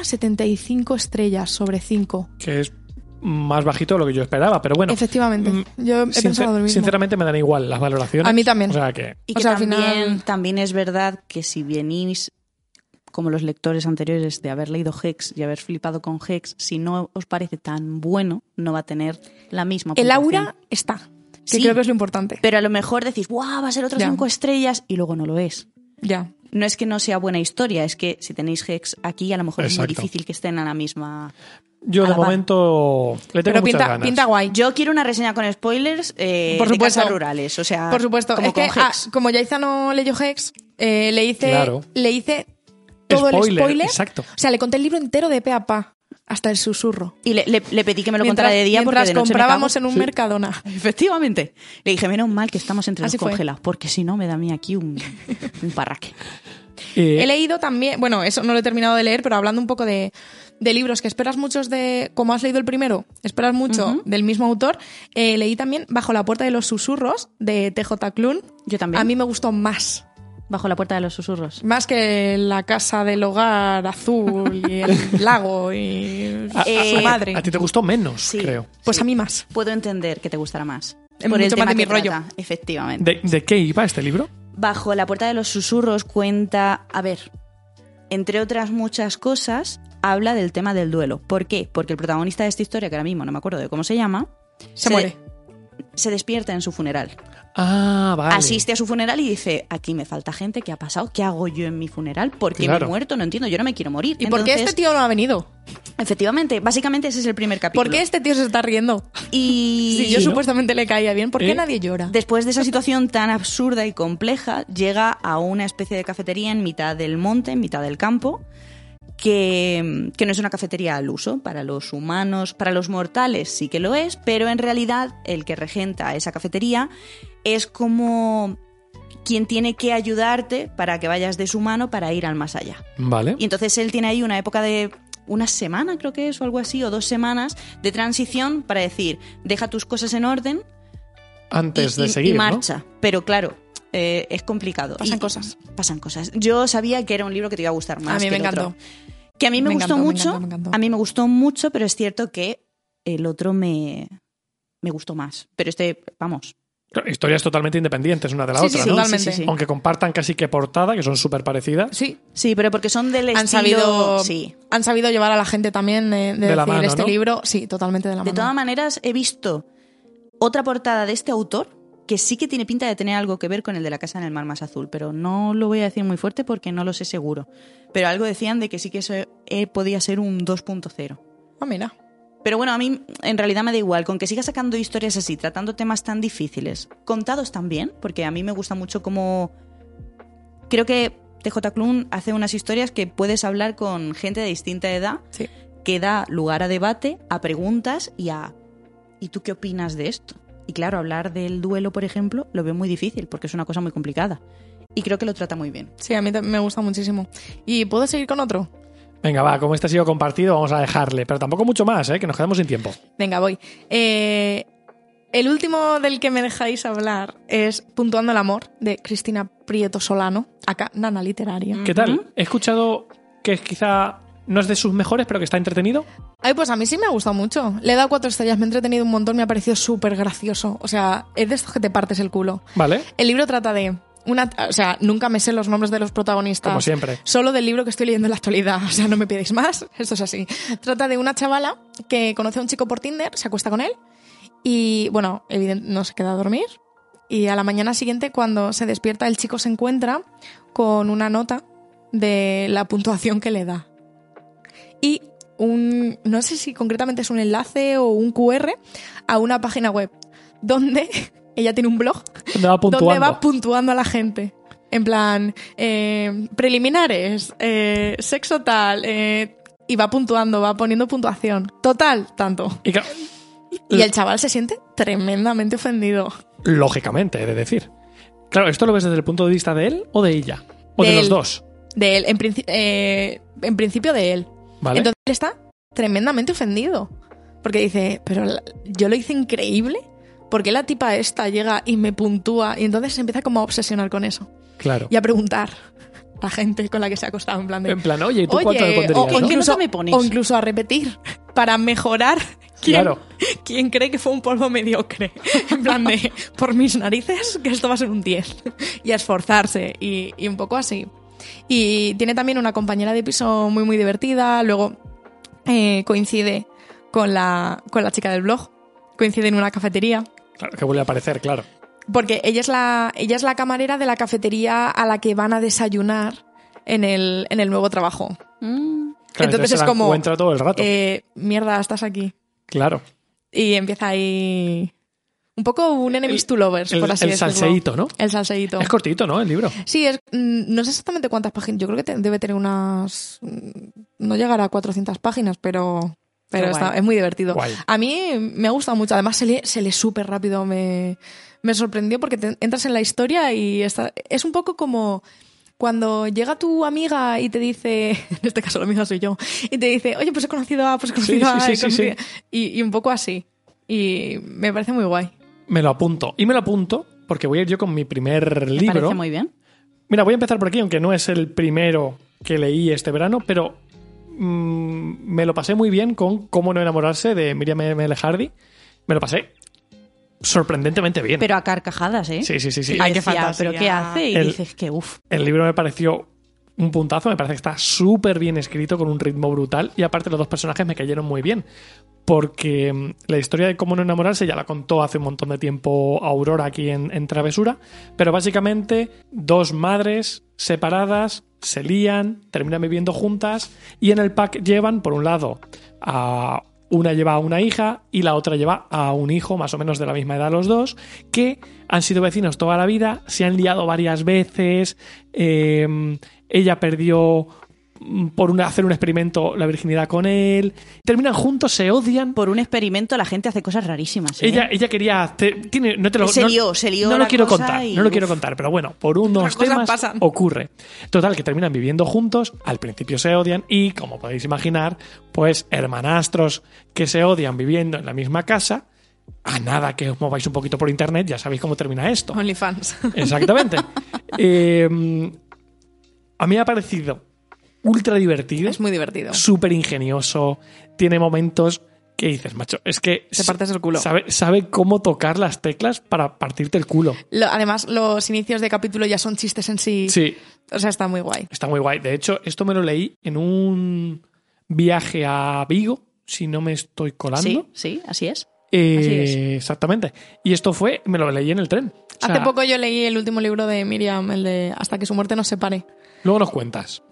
3,75 estrellas sobre 5.
Que es más bajito de lo que yo esperaba, pero bueno.
Efectivamente,
mm,
yo he
sincer-
pensado lo mismo.
Sinceramente me dan igual las valoraciones.
A mí también.
O sea que.
Y
O
que
sea, al
también,
final-
también es verdad que si venís, como los lectores anteriores, de haber leído Hex y haber flipado con Hex, si no os parece tan bueno, no va a tener la misma
El
puntuación.
aura está, que
Sí.
creo que es lo importante.
Pero a lo mejor decís, ¡guau! Va a ser otro
Ya.
cinco estrellas y luego no lo es.
Ya.
No es que no sea buena historia, es que si tenéis Hex aquí, a lo mejor es muy
Exacto.
difícil que estén a la misma.
Yo
A
de
la par.
momento le tengo
Pero
muchas
pinta,
ganas.
pinta guay.
Yo quiero una reseña con spoilers eh,
Por
de
supuesto.
casas rurales, o sea,
Por supuesto,
como
es que
con
ah,
Hex.
como Yaiza no leyó Hex, eh, le hice
Claro.
le hice todo el
Spoiler,
spoiler.
exacto.
O sea, le conté el libro entero de pe a pa, hasta el susurro.
Y le, le- le pedí que me lo
mientras
contara de día porque
mientras
de noche me cago.
comprábamos en un Mercadona.
Efectivamente. Le dije, menos mal que estamos entre
Así
los
fue.
congelados, porque si no me da a mí aquí un, un parraque.
Eh,
He leído también, bueno, eso no lo he terminado de leer, pero hablando un poco de, de libros que esperas muchos de, como has leído el primero, esperas mucho del mismo autor, eh, leí también Bajo la puerta de los susurros de TJ Klun.
Yo también.
A mí me gustó más,
Bajo la puerta de los susurros.
más que la casa del hogar azul y el lago y
a, a-
eh,
su madre.
a ti te gustó menos,
Sí.
creo.
Pues a mí más.
Puedo entender que te gustara más.
Es mucho más de mi
que
rollo.
trata, efectivamente.
¿De, de qué iba este libro?
Bajo la puerta de los susurros cuenta, a ver, entre otras muchas cosas, habla del tema del duelo. ¿Por qué? Porque el protagonista de esta historia, que ahora mismo no me acuerdo de cómo se llama,
Se muere.
se despierta en su funeral.
Ah, vale.
asiste a su funeral y dice, aquí me falta gente, ¿qué ha pasado? ¿Qué hago yo en mi funeral? ¿Por qué me
Claro.
he muerto? No entiendo, yo no me quiero morir.
¿Y por qué
Entonces,
este tío no ha venido?
Efectivamente, básicamente ese es el primer capítulo.
¿Por qué este tío se está riendo?
Y
Si yo
Sí, ¿no?
supuestamente le caía bien, ¿por qué
¿Eh?
nadie llora?
después de esa situación tan absurda y compleja, llega a una especie de cafetería en mitad del monte, en mitad del campo, que, que no es una cafetería al uso, para los humanos, para los mortales sí que lo es, pero en realidad el que regenta esa cafetería es como quien tiene que ayudarte para que vayas de su mano para ir al más allá.
Vale.
Y entonces él tiene ahí una época de una semana, creo que es, o algo así, o dos semanas de transición para decir, deja tus cosas en orden,
antes
y-
de
y-
seguir. ¿no?
Y marcha. Pero claro, eh, es complicado.
Pasan
Y-
cosas.
Pasan cosas. Yo sabía que era un libro que te iba a gustar más.
A mí
que
me
el
encantó.
otro. Que a mí me,
Me
gustó
encantó, me
mucho.
encantó, me encantó.
A mí me gustó mucho, pero es cierto que el otro me, me gustó más. Pero este, vamos.
Claro, Historias totalmente independientes una de la
Sí, sí,
otra,
sí,
¿no?
totalmente.
Sí, sí, sí.
Aunque compartan casi que portada, que son súper parecidas.
Sí,
Sí, pero porque son del
han
estilo-
sabido,
Sí.
han sabido llevar a la gente también de, de
De la
decir
mano,
este
¿no?
libro, sí, totalmente de la
De
mano.
todas maneras, he visto otra portada de este autor que sí que tiene pinta de tener algo que ver con el de la casa en el mar más azul, pero no lo voy a decir muy fuerte porque no lo sé seguro. Pero algo decían de que sí que eso eh, podía ser un 2.0.
Ah, mira.
Pero bueno, a mí en realidad me da igual, con que siga sacando historias así, tratando temas tan difíciles, contados también, porque a mí me gusta mucho cómo... Creo que TJ Klum hace unas historias que puedes hablar con gente de distinta edad,
Sí.
que da lugar a debate, a preguntas y a... ¿Y tú qué opinas de esto? Y claro, hablar del duelo, por ejemplo, lo veo muy difícil, porque es una cosa muy complicada. Y creo que lo trata muy bien.
Sí, a mí ta- me gusta muchísimo. ¿Y puedo seguir con otro?
Venga, va, como este ha sido compartido, vamos a dejarle. Pero tampoco mucho más, ¿eh? que nos quedamos sin tiempo.
Venga, voy. Eh, el último del que me dejáis hablar es Puntuando el amor, de Cristina Prieto Solano, acá, nana literaria.
¿Qué tal? He escuchado que quizá no es de sus mejores, pero que está entretenido.
Ay, pues a mí sí me ha gustado mucho. Le he dado cuatro estrellas, me he entretenido un montón, me ha parecido súper gracioso. O sea, es de estos que te partes el culo.
Vale,
El libro trata de una, o sea, nunca me sé los nombres de los protagonistas.
como siempre.
Solo del libro que estoy leyendo en la actualidad, o sea, no me pidáis más, esto es así. Trata de una chavala que conoce a un chico por Tinder, se acuesta con él y, bueno, evidente, no se queda a dormir. Y a la mañana siguiente, cuando se despierta, el chico se encuentra con una nota de la puntuación que le da. Y un, no sé si concretamente es un enlace o un QR a una página web donde ella tiene un blog
Me va puntuando.
donde va puntuando a la gente. En plan, eh, preliminares, eh, sexo tal, eh, y va puntuando, va poniendo puntuación. Total, tanto.
Y claro,
Y el chaval se siente tremendamente ofendido.
lógicamente, he de decir. Claro, ¿esto lo ves desde el punto de vista de él o de ella? ¿O de,
De
los
él.
dos?
De él, en, princi- eh, en principio de él.
Vale.
Entonces él está tremendamente ofendido. Porque dice, pero la- yo lo hice increíble. Porque la tipa esta llega y me puntúa. Y entonces se empieza como a obsesionar con eso.
claro.
Y a preguntar a la gente con la que se ha acostado. En plan de,
En plan, oye, ¿y tú cuánto me
Oye,
pondrías?
¿en
no?
qué nota me pones?
o incluso a repetir para mejorar quién,
Claro.
quién cree que fue un polvo mediocre. En plan de, por mis narices, que esto va a ser un 10. Y a esforzarse y, y un poco así. Y tiene también una compañera de piso muy, muy divertida. Luego eh, coincide con la, con la chica del blog. Coincide en una cafetería.
Claro, que vuelve a aparecer, claro.
Porque ella es la, ella es la camarera de la cafetería a la que van a desayunar en el, en el nuevo trabajo.
Mm.
Claro,
Entonces
se
es
la
como-
encuentra todo el rato.
Eh, mierda, estás aquí.
claro.
Y empieza ahí. Un poco un enemies to lovers,
El,
por así
el
decirlo.
salseíto, ¿no?
El salseíto.
Es cortito, ¿no? El libro.
Sí, es, mm, no sé exactamente cuántas páginas. Yo creo que te- debe tener unas. mm, No llegará a 400 páginas, pero. Pero
Qué
está-
guay.
es muy divertido.
Guay.
A mí me ha gustado mucho. Además, se lee, se lee súper rápido. Me, me sorprendió porque te- entras en la historia y está, es un poco como cuando llega tu amiga y te dice, en este caso la amiga soy yo, y te dice, oye, pues he conocido a, pues he conocido
sí,
a,
sí,
he
sí, sí.
conocido a". Y, y un poco así. Y me parece muy guay.
Me lo apunto. Y me lo apunto porque voy a ir yo con mi primer
Me
libro.
parece muy bien.
Mira, voy a empezar por aquí, aunque no es el primero que leí este verano, pero mm, me lo pasé muy bien con Cómo no enamorarse de Miriam M. L. Hardy. Me lo pasé sorprendentemente bien.
Pero a carcajadas, ¿eh?
sí, sí, sí, sí.
Y
Ay, qué
decía,
fantasía.
¿Pero qué hace? Y
El-
dices que, uff.
El libro me pareció un puntazo, me parece que está súper bien escrito, con un ritmo brutal, y aparte los dos personajes me cayeron muy bien. Porque mm, la historia de cómo no enamorarse ya la contó hace un montón de tiempo Aurora aquí en, en Travesura, pero básicamente dos madres separadas se lían, terminan viviendo juntas, y en el pack llevan, por un lado, a una lleva a una hija y la otra lleva a un hijo más o menos de la misma edad los dos, que han sido vecinos toda la vida, se han liado varias veces, eh, ella perdió mm, por una- hacer un experimento la virginidad con él, terminan juntos, se odian.
por un experimento la gente hace cosas rarísimas. ¿eh?
Ella, ella quería hacer- tiene- no te lo,
Se
no-
lió, se lió
no lo
la
quiero
cosa
contar,
y-
no lo
uf.
quiero contar, pero bueno, por unos
Las cosas
temas
pasan.
ocurre. Total, que terminan viviendo juntos, al principio se odian y, como podéis imaginar, pues hermanastros que se odian viviendo en la misma casa, a nada que os mováis un poquito por internet, ya sabéis cómo termina esto.
OnlyFans.
Exactamente. Eh, a mí me ha parecido ultra divertido,
es muy divertido.
súper ingenioso, tiene momentos que dices, macho, es que
Te partes el culo.
Sabe, sabe cómo tocar las teclas para partirte el culo.
Lo- además, los inicios de capítulo ya son chistes en sí.
Sí,
O sea, está muy guay.
está muy guay. De hecho, esto me lo leí en un viaje a Vigo, si no me estoy colando.
Sí, sí, así es.
Eh,
Así es.
Exactamente. Y esto fue, me lo leí en el tren. O sea,
Hace poco yo leí el último libro de Miriam, el de Hasta que su muerte nos separe.
Luego nos cuentas.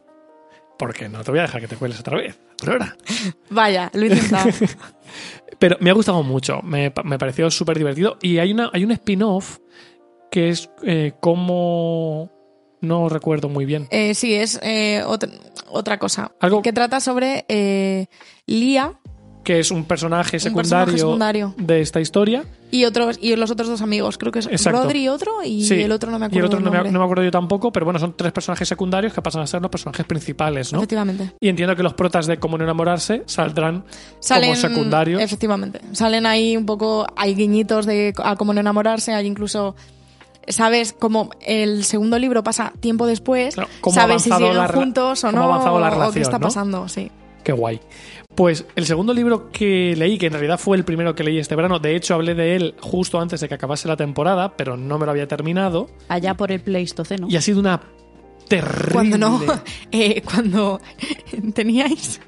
Porque no te voy a dejar que te cueles otra vez. Por ahora.
Vaya, lo he intentado.
Pero me ha gustado mucho. Me, pa- me pareció súper divertido. Y hay, una, hay un spin-off que es eh, como. No recuerdo muy bien.
Eh, sí, es eh, otra, otra cosa.
Algo-
Que trata sobre eh, Lía
Que es un personaje
Un
secundario,
personaje secundario.
de esta historia.
y otros y los otros dos amigos. Creo que es
Exacto.
Rodri otro y
Sí.
el otro no me acuerdo.
Y el otro
del
no me,
nombre.
no me acuerdo yo tampoco. Pero bueno, son tres personajes secundarios que pasan a ser los personajes principales, ¿no?
Efectivamente.
Y entiendo que los protas de Cómo no enamorarse saldrán
Salen,
como secundarios.
Efectivamente. Salen ahí un poco. Hay guiñitos de a cómo no enamorarse. Hay incluso. Sabes, como el segundo libro pasa tiempo después,
Claro, cómo ha
sabes si
avanzado
siguen
la rela-
juntos o
cómo
no,
ha avanzado la
o qué
relación,
está
¿no?
pasando, sí.
Qué guay. Pues el segundo libro que leí, que en realidad fue el primero que leí este verano, de hecho hablé de él justo antes de que acabase la temporada, pero no me lo había terminado,
Allá por el Pleistoceno.
y ha sido una terrible...
Cuando no, eh, cuando teníais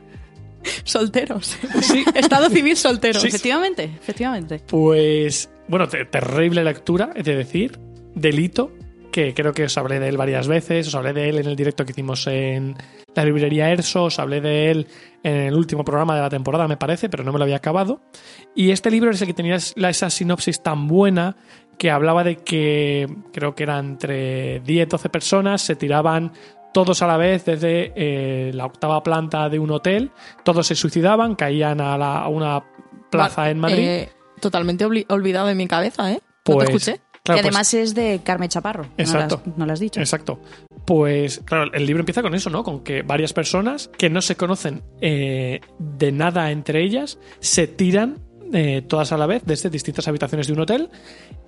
solteros.
Sí.
Estado civil soltero.
Sí.
Efectivamente, efectivamente.
Pues, bueno, te- terrible lectura, es de decir, delito, que creo que os hablé de él varias veces, os hablé de él en el directo que hicimos en la librería Erso, os hablé de él en el último programa de la temporada, me parece, pero no me lo había acabado. Y este libro es el que tenía la- esa sinopsis tan buena que hablaba de que creo que eran entre 10, 12 personas, se tiraban todos a la vez desde eh, la octava planta de un hotel, todos se suicidaban, caían a, la- a una plaza
Va-
en Madrid.
eh, totalmente obli- olvidado de mi cabeza, ¿eh? ¿No
Pues,
te escuché?
claro,
y
pues,
además es de Carmen Chaparro.
Exacto.
No lo has, no lo has dicho.
exacto. Pues, claro, el libro empieza con eso, ¿no? Con que varias personas que no se conocen eh, de nada entre ellas se tiran eh, todas a la vez desde distintas habitaciones de un hotel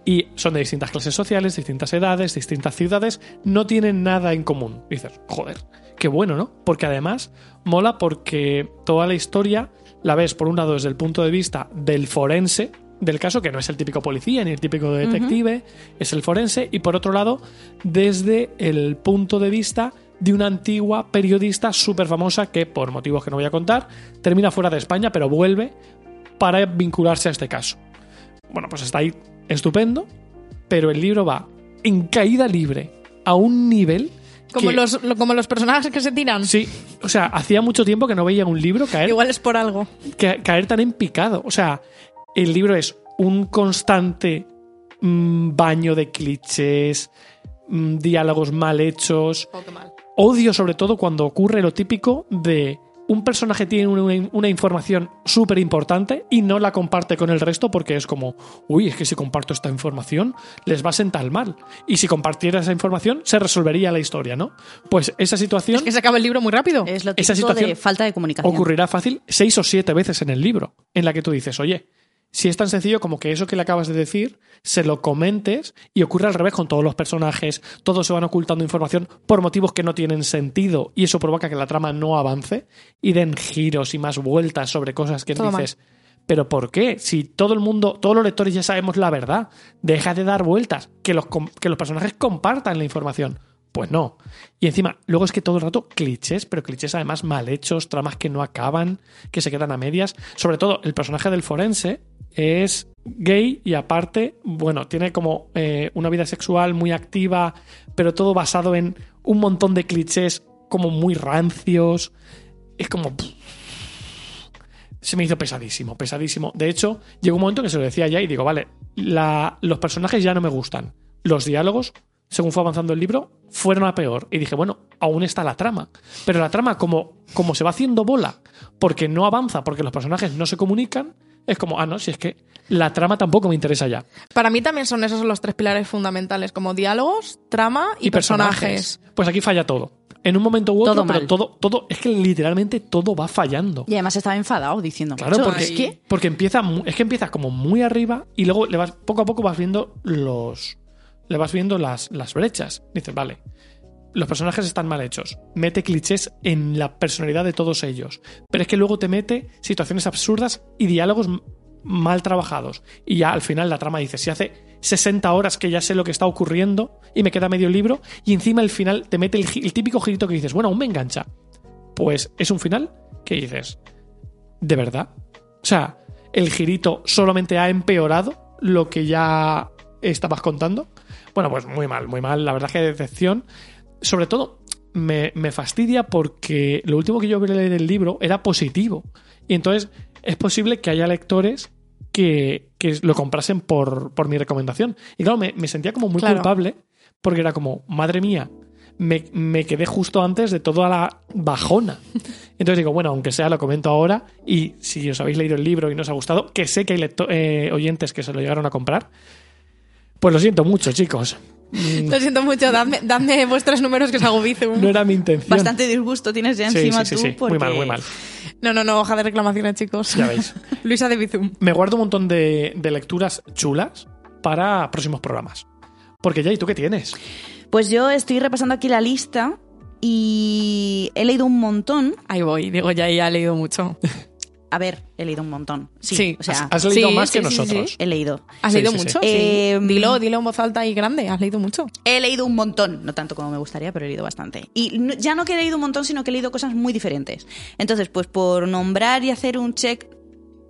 y son de distintas clases sociales, distintas edades, distintas ciudades, no tienen nada en común. Dices, joder, qué bueno, ¿no? Porque además mola porque toda la historia la ves, por un lado, desde el punto de vista del forense del caso, que no es el típico policía ni el típico detective, es el forense, y por otro lado, desde el punto de vista de una antigua periodista súper famosa que, por motivos que no voy a contar, termina fuera de España, pero vuelve para vincularse a este caso. Bueno, pues está ahí estupendo, pero el libro va en caída libre a un nivel.
Como
que-
los, lo- como los personajes que se tiran.
Sí, ¿eh? o sea, hacía mucho tiempo que no veía un libro caer,
Igual es por algo.
ca- caer tan en picado. O sea, el libro es un constante mm, baño de clichés, mm, diálogos mal
Oh.
hechos, odio sobre todo cuando ocurre lo típico de un personaje tiene una, una información súper importante y no la comparte con el resto porque es como, uy, es que si comparto esta información les va a sentar mal. Y si compartiera esa información se resolvería la historia, ¿no? Pues esa situación
Es que se acaba el libro muy rápido.
Es lo
Esa
típico de
situación
falta de comunicación.
ocurrirá fácil seis o siete veces en el libro, en la que tú dices, oye, si es tan sencillo como que eso que le acabas de decir, se lo comentes y ocurre al revés con todos los personajes, todos se van ocultando información por motivos que no tienen sentido y eso provoca que la trama no avance y den giros y más vueltas sobre cosas que
Todo mal.
dices. Pero ¿por qué? Si todo el mundo, todos los lectores ya sabemos la verdad, deja de dar vueltas, que los, com- que los personajes compartan la información. Pues no. Y encima, luego es que todo el rato clichés, pero clichés además mal hechos, tramas que no acaban, que se quedan a medias. Sobre todo, el personaje del forense es gay y aparte, bueno, tiene como eh, una vida sexual muy activa, pero todo basado en un montón de clichés como muy rancios. Es como... pff, se me hizo pesadísimo, pesadísimo. De hecho, llegó un momento que se lo decía ya y digo, vale, la- los personajes ya no me gustan. Los diálogos, según fue avanzando el libro, fueron a peor. Y dije, bueno, aún está la trama. Pero la trama, como, como se va haciendo bola, porque no avanza, porque los personajes no se comunican, es como, ah, no, si es que la trama tampoco me interesa ya.
Para mí también son esos los tres pilares fundamentales, como diálogos, trama y, personajes.
Pues aquí falla todo. en un momento u otro,
Todo
pero
mal.
todo, todo, es que literalmente todo va fallando.
Y además estaba enfadado diciendo,
Claro,
"Macho,
porque,
es que
porque empieza, mu- es que empiezas como muy arriba y luego le vas, poco a poco vas viendo los. Le vas viendo las, las brechas. Dices, vale, los personajes están mal hechos. Mete clichés en la personalidad de todos ellos. Pero es que luego te mete situaciones absurdas y diálogos m- mal trabajados. Y ya al final la trama dice, si hace 60 horas que ya sé lo que está ocurriendo y me queda medio libro, y encima el final te mete el, gi- el típico girito que dices, bueno, aún me engancha. Pues es un final que dices, ¿de verdad? O sea, el girito solamente ha empeorado lo que ya estabas contando. Bueno, pues muy mal, muy mal. La verdad es que decepción. Sobre todo, me, me fastidia porque lo último que yo quería leer del libro era positivo. Y entonces es posible que haya lectores que, que lo comprasen por, por mi recomendación. Y claro, me, me sentía como muy
Claro.
culpable porque era como, madre mía, me, me quedé justo antes de toda la bajona. Entonces digo, bueno, aunque sea, lo comento ahora. Y si os habéis leído el libro y no os ha gustado, que sé que hay lecto- eh, oyentes que se lo llegaron a comprar, pues lo siento mucho, chicos. Mm,
Lo siento mucho, dadme, dadme vuestros números que os hago bizum.
No era mi intención.
bastante disgusto tienes ya
Sí,
encima
sí, sí,
tú
sí. Muy
porque
mal, muy mal.
No, no, no, hoja de reclamaciones, chicos.
Ya veis.
Luisa de Bizum.
Me guardo un montón de, de lecturas chulas para próximos programas. Porque ya, ¿y tú qué tienes?
Pues yo estoy repasando aquí la lista y he leído un montón.
Ahí voy, digo, ya, ya he leído mucho.
A ver, he leído un montón. Sí,
Sí.
o sea,
Has leído
sí,
más que
sí, sí,
nosotros.
he leído.
¿Has
Sí,
leído
sí, sí.
mucho?
Eh,
dilo, dilo en voz alta y grande, has leído mucho.
He leído un montón, no tanto como me gustaría, pero he leído bastante. Y no- ya no que he leído un montón, sino que he leído cosas muy diferentes. Entonces, pues por nombrar y hacer un check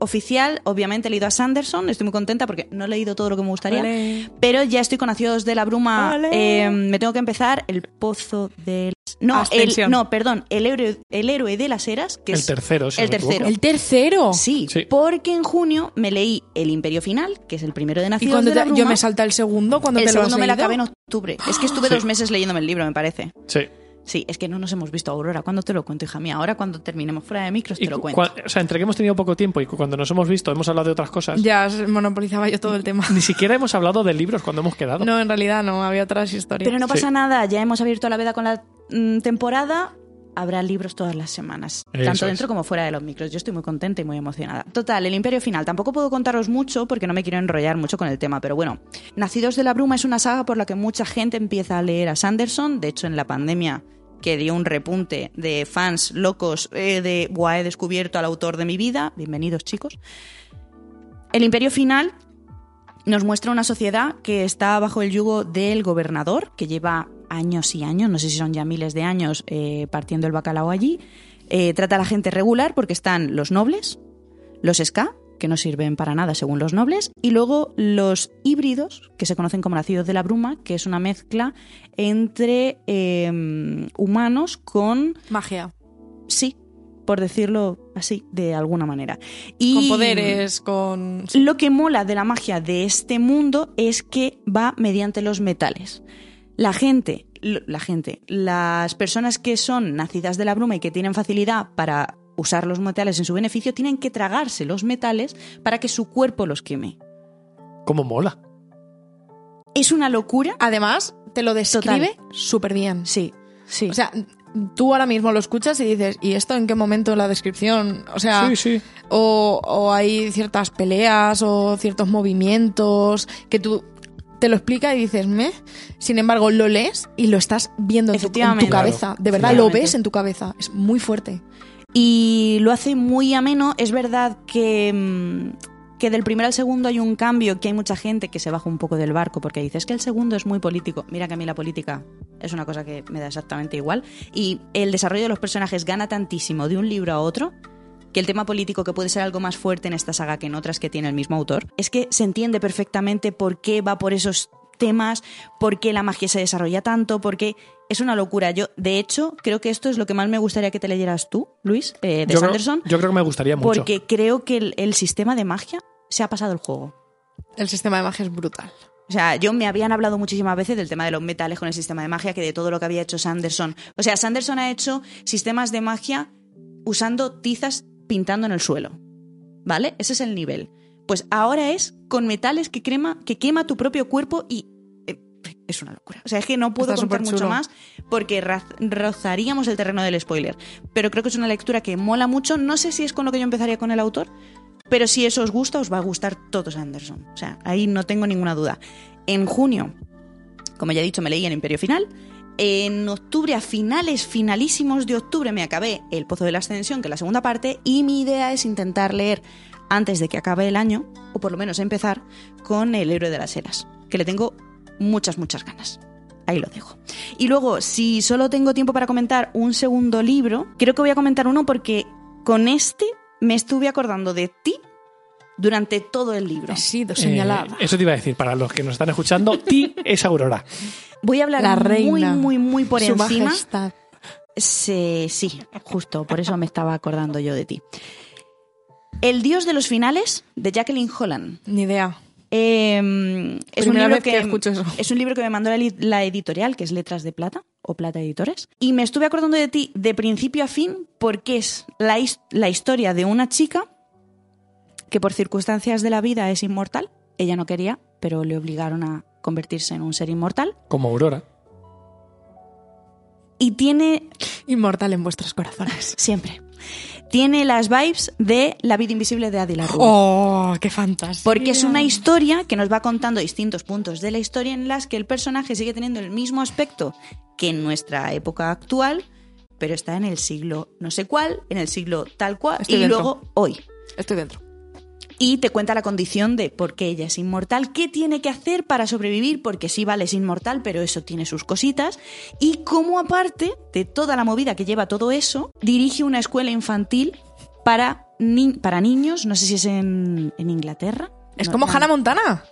oficial, obviamente he leído a Sanderson, estoy muy contenta porque no he leído todo lo que me gustaría,
Ole.
pero ya estoy con Nacidos de la Bruma,
Ole.
eh, me tengo que empezar El Pozo de... las- No, el,
Abstención.
no, perdón, el héroe, el héroe de las Eras, que
El
es
tercero, si no
el
me
tercero.
equivoco.
El tercero.
Sí,
Sí.
porque en junio me leí El Imperio Final, que es el primero de
Y
Nacidos
cuando
de la
te-
Bruma.
yo me salta el segundo, cuando
el
te lo
segundo
has
me lo
leído.
acabé en octubre. Es que estuve
Sí.
dos meses leyéndome el libro, me parece.
Sí.
Sí, es que no nos hemos visto, Aurora. ¿Cuándo te lo cuento, hija mía? Ahora, cuando terminemos fuera de micros,
Y
te lo
cu-
cuento.
cua- o sea, entre que hemos tenido poco tiempo y cu- cuando nos hemos visto hemos hablado de otras cosas,
Ya monopolizaba yo todo el tema.
ni siquiera hemos hablado de libros cuando hemos quedado.
No, en realidad no, había otras historias.
Pero no
Sí.
pasa nada, ya hemos abierto la veda con la mm, temporada. Habrá libros todas las semanas,
Eso
tanto
es.
dentro como fuera de los micros. Yo estoy muy contenta y muy emocionada. Total, el Imperio Final. Tampoco puedo contaros mucho porque no me quiero enrollar mucho con el tema, pero bueno. Nacidos de la Bruma es una saga por la que mucha gente empieza a leer a Sanderson. De hecho, en la pandemia que dio un repunte de fans locos eh, de Buah, he descubierto al autor de mi vida. Bienvenidos, chicos. El Imperio Final nos muestra una sociedad que está bajo el yugo del gobernador, que lleva años y años, no sé si son ya miles de años, eh, partiendo el bacalao allí. Eh, trata a la gente regular porque están los nobles, los ska, que no sirven para nada según los nobles, y luego los híbridos, que se conocen como nacidos de la bruma, que es una mezcla entre eh, humanos con,
Magia.
sí, por decirlo así, de alguna manera. Y,
Con poderes, con.
lo que mola de la magia de este mundo es que va mediante los metales. La gente, lo- la gente, las personas que son nacidas de la bruma y que tienen facilidad para usar los metales en su beneficio, tienen que tragarse los metales para que su cuerpo los queme.
¿Cómo mola?
¿Es una locura?
Además, te lo describe súper bien.
Sí, sí.
O sea, tú ahora mismo lo escuchas y dices, ¿y esto en qué momento en la descripción? O sea,
Sí, sí.
o, o hay ciertas peleas o ciertos movimientos que tú te lo explica y dices, me. Sin embargo, lo lees y lo estás viendo en tu, en tu
Efectivamente.
cabeza. De verdad, lo
Efectivamente.
ves en tu cabeza. Es muy fuerte.
y lo hace muy ameno. Es verdad que, mm, que del primero al segundo hay un cambio, que hay mucha gente que se baja un poco del barco porque dice, es que el segundo es muy político. Mira que a mí la política es una cosa que me da exactamente igual. Y el desarrollo de los personajes gana tantísimo de un libro a otro que el tema político, que puede ser algo más fuerte en esta saga que en otras que tiene el mismo autor, es que se entiende perfectamente por qué va por esos temas, por qué la magia se desarrolla tanto, porque es una locura. Yo, de hecho, creo que esto es lo que más me gustaría que te leyeras tú, Luis, eh, de
Yo creo-
Sanderson,
yo creo que me gustaría mucho.
porque creo que el, el sistema de magia se ha pasado el juego.
El sistema de magia es brutal.
O sea, yo me habían hablado muchísimas veces del tema de los metales con el sistema de magia que de todo lo que había hecho Sanderson. O sea, Sanderson ha hecho sistemas de magia usando tizas pintando en el suelo. ¿Vale? Ese es el nivel. Pues ahora es con metales que crema, que quema tu propio cuerpo y eh, es una locura. O sea, es que no puedo
Está
contar
superchulo.
mucho más porque raz- rozaríamos el terreno del spoiler. Pero creo que es una lectura que mola mucho. No sé si es con lo que yo empezaría con el autor, pero si eso os gusta, os va a gustar todos Anderson. O sea, ahí no tengo ninguna duda. En junio, como ya he dicho, me leí El Imperio Final. En octubre, a finales, finalísimos de octubre, me acabé El Pozo de la Ascensión, que es la segunda parte, y mi idea es intentar leer antes de que acabe el año, o por lo menos empezar, con El Héroe de las Heras, que le tengo muchas, muchas ganas. Ahí lo dejo. Y luego, si solo tengo tiempo para comentar un segundo libro, creo que voy a comentar uno porque con este me estuve acordando de ti durante todo el libro.
He sido señalada.
Eh, eso te iba a decir, para los que nos están escuchando, ti es Aurora.
Voy a hablar
la reina.
muy, muy, muy por
Su
encima.
Majestad.
Sí, sí, justo, por eso me estaba acordando yo de ti. El dios de los finales de Jacqueline Holland.
Ni idea.
Eh, es, un
Primera
libro
vez que escucho eso.
es un libro que me mandó la, li- la editorial, que es Letras de Plata o Plata Editores. Y me estuve acordando de ti de principio a fin porque es la, his- la historia de una chica que por circunstancias de la vida es inmortal. Ella no quería, pero le obligaron a convertirse en un ser inmortal.
Como Aurora.
Y tiene
Inmortal en vuestros corazones.
Siempre. Tiene las vibes de La vida invisible de Adi LaRue.
¡Oh, qué fantasía!
Porque es una historia que nos va contando distintos puntos de la historia en las que el personaje sigue teniendo el mismo aspecto que en nuestra época actual, pero está en el siglo no sé cuál, en el siglo tal cual,
Estoy
y
dentro.
luego hoy.
Estoy dentro.
Y te cuenta la condición de por qué ella es inmortal, qué tiene que hacer para sobrevivir, porque sí, vale, es inmortal, pero eso tiene sus cositas. Y cómo, aparte de toda la movida que lleva todo eso, dirige una escuela infantil para, ni- para niños, no sé si es en, en Inglaterra.
Es
No,
como
no.
Hannah Montana.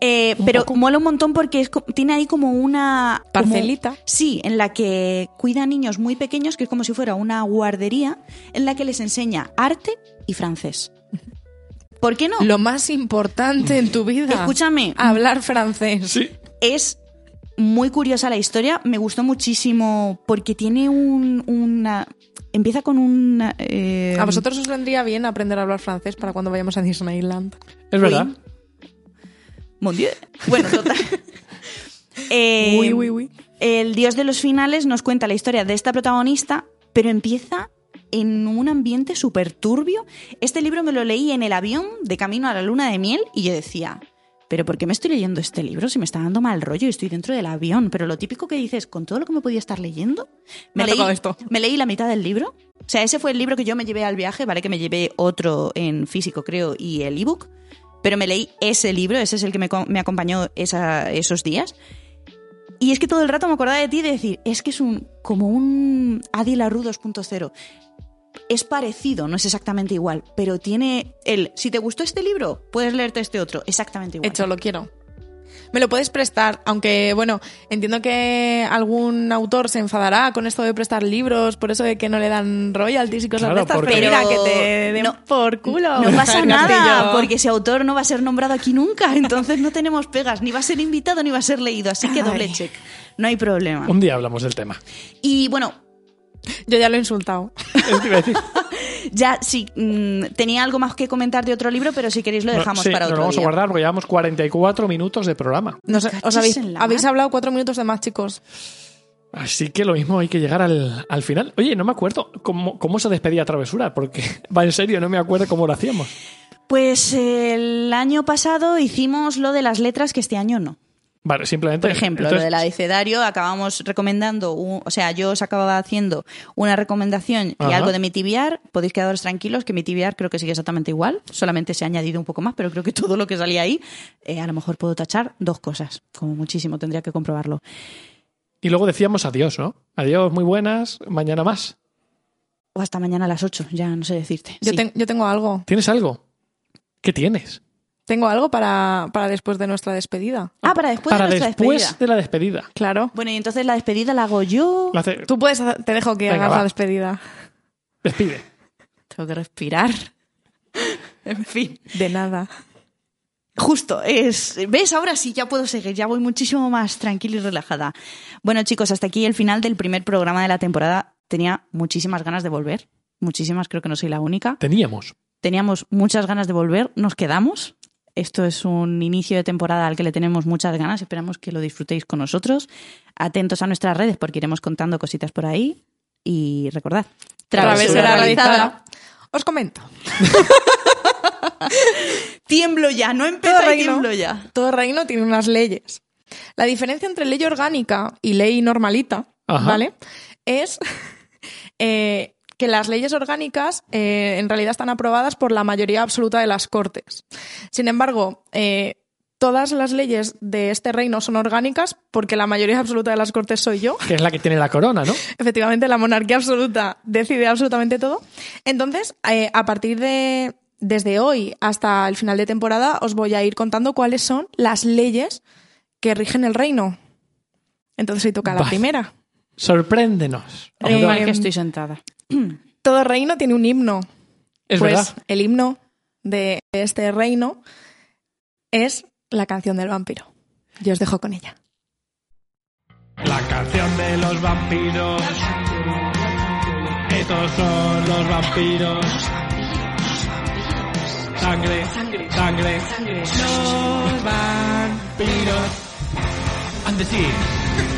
Eh, pero mola un montón porque es co- tiene ahí como una... como-
Parcelita.
sí, en la que cuida a niños muy pequeños, que es como si fuera una guardería, en la que les enseña arte y francés. ¿Por qué no?
Lo más importante en tu vida.
Escúchame.
Hablar francés.
Sí.
Es muy curiosa la historia, me gustó muchísimo porque tiene un, una... Empieza con un... eh,
A vosotros os vendría bien aprender a hablar francés para cuando vayamos a Disneyland.
Es verdad.
Mon Dieu. Bueno, total. Eh,
Uy, uy, uy.
El dios de los finales nos cuenta la historia de esta protagonista, pero empieza en un ambiente súper turbio. Este libro me lo leí en el avión de camino a la luna de miel y yo decía, pero ¿por qué me estoy leyendo este libro si me está dando mal rollo y estoy dentro del avión? Pero lo típico que dices, con todo lo que me podía estar leyendo,
Me ha
leí,
tocado esto.
me leí la mitad del libro. O sea, ese fue el libro que yo me llevé al viaje, ¿vale? Que me llevé otro en físico, creo, y el ebook. Pero me leí ese libro, ese es el que me, co- me acompañó esa- esos días. Y es que todo el rato me acordaba de ti de decir, es que es un como un Adi LaRue 2.0. Es parecido, no es exactamente igual, pero tiene el si te gustó este libro, puedes leerte este otro, exactamente igual.
Hecho, lo quiero. Me lo puedes prestar, aunque, bueno, entiendo que algún autor se enfadará con esto de prestar libros, por eso de que no le dan royalties y cosas
Claro,
de estas,
porque-
pero mira,
Pero
que te den
no-
por culo.
No pasa
Javier
nada,
Castillo.
porque ese autor no va a ser nombrado aquí nunca, entonces no tenemos pegas, ni va a ser invitado ni va a ser leído, así que doble
Ay.
check. No hay problema.
Un día hablamos del tema.
Y bueno,
Yo ya lo he insultado.
Eso te iba a decir.
ya sí, mm, tenía algo más que comentar de otro libro, pero si queréis lo
No,
dejamos
sí,
para
nos
otro
lo vamos
día.
a guardar porque llevamos 44 minutos de programa.
No sé,
Me
os
cachis
habéis,
en la
habéis
mar.
hablado cuatro minutos de más, chicos.
Así que lo mismo hay que llegar al, al final. Oye, no me acuerdo cómo, cómo se despedía Travesura, porque va en serio, no me acuerdo cómo lo hacíamos.
Pues eh, el año pasado hicimos lo de las letras que este año no.
Vale, simplemente.
Por ejemplo, lo
entonces,
del abecedario, acabamos recomendando, un- o sea, yo os acababa haciendo una recomendación y
Ajá.
algo de mi tibiar. Podéis quedaros tranquilos que mi tibiar creo que sigue exactamente igual, solamente se ha añadido un poco más, pero creo que todo lo que salía ahí, eh, a lo mejor puedo tachar dos cosas, como muchísimo, tendría que comprobarlo.
Y luego decíamos adiós, ¿no? Adiós, muy buenas, mañana más.
O hasta mañana a las 8, ya no sé decirte.
Yo,
Sí.
ten- yo tengo algo.
¿Tienes algo? ¿Qué tienes?
Tengo algo para, para después de nuestra despedida.
Ah, para después
para
de nuestra
después
despedida.
de la despedida.
Claro.
Bueno, y entonces la despedida la hago yo.
Lo hace-
Tú puedes, hacer- te dejo que
Venga,
hagas
va.
la despedida.
Despide.
Tengo que respirar. en fin.
De nada.
Justo, es. ¿Ves? Ahora sí, ya puedo seguir, ya voy muchísimo más tranquila y relajada. Bueno, chicos, hasta aquí el final del primer programa de la temporada. Tenía muchísimas ganas de volver. Muchísimas, creo que no soy la única.
Teníamos.
Teníamos muchas ganas de volver, nos quedamos. Esto es un inicio de temporada al que le tenemos muchas ganas. Esperamos que lo disfrutéis con nosotros. Atentos a nuestras redes porque iremos contando cositas por ahí. Y recordad,
Travesura realizada. Os comento.
Tiemblo ya, no
Todo
empieza y
reino,
tiemblo ya.
todo reino tiene unas leyes. La diferencia entre ley orgánica y ley normalita,
Ajá.
¿vale? Es eh, que las leyes orgánicas eh, en realidad están aprobadas por la mayoría absoluta de las cortes. Sin embargo, eh, todas las leyes de este reino son orgánicas porque la mayoría absoluta de las cortes soy yo.
Que es la que tiene la corona, ¿no?
Efectivamente, la monarquía absoluta decide absolutamente todo. Entonces, eh, a partir de. Desde hoy hasta el final de temporada, os voy a ir contando cuáles son las leyes que rigen el reino. Entonces, hoy toca la
Vale.
primera.
Sorpréndenos.
Eh,
Mal que estoy sentada.
Todo reino tiene un himno.
es
pues
verdad.
el himno de este reino es la canción del vampiro. Yo os dejo con ella.
La canción de los vampiros. Estos son los vampiros. Sangre, sangre, sangre. Los vampiros. And the sea.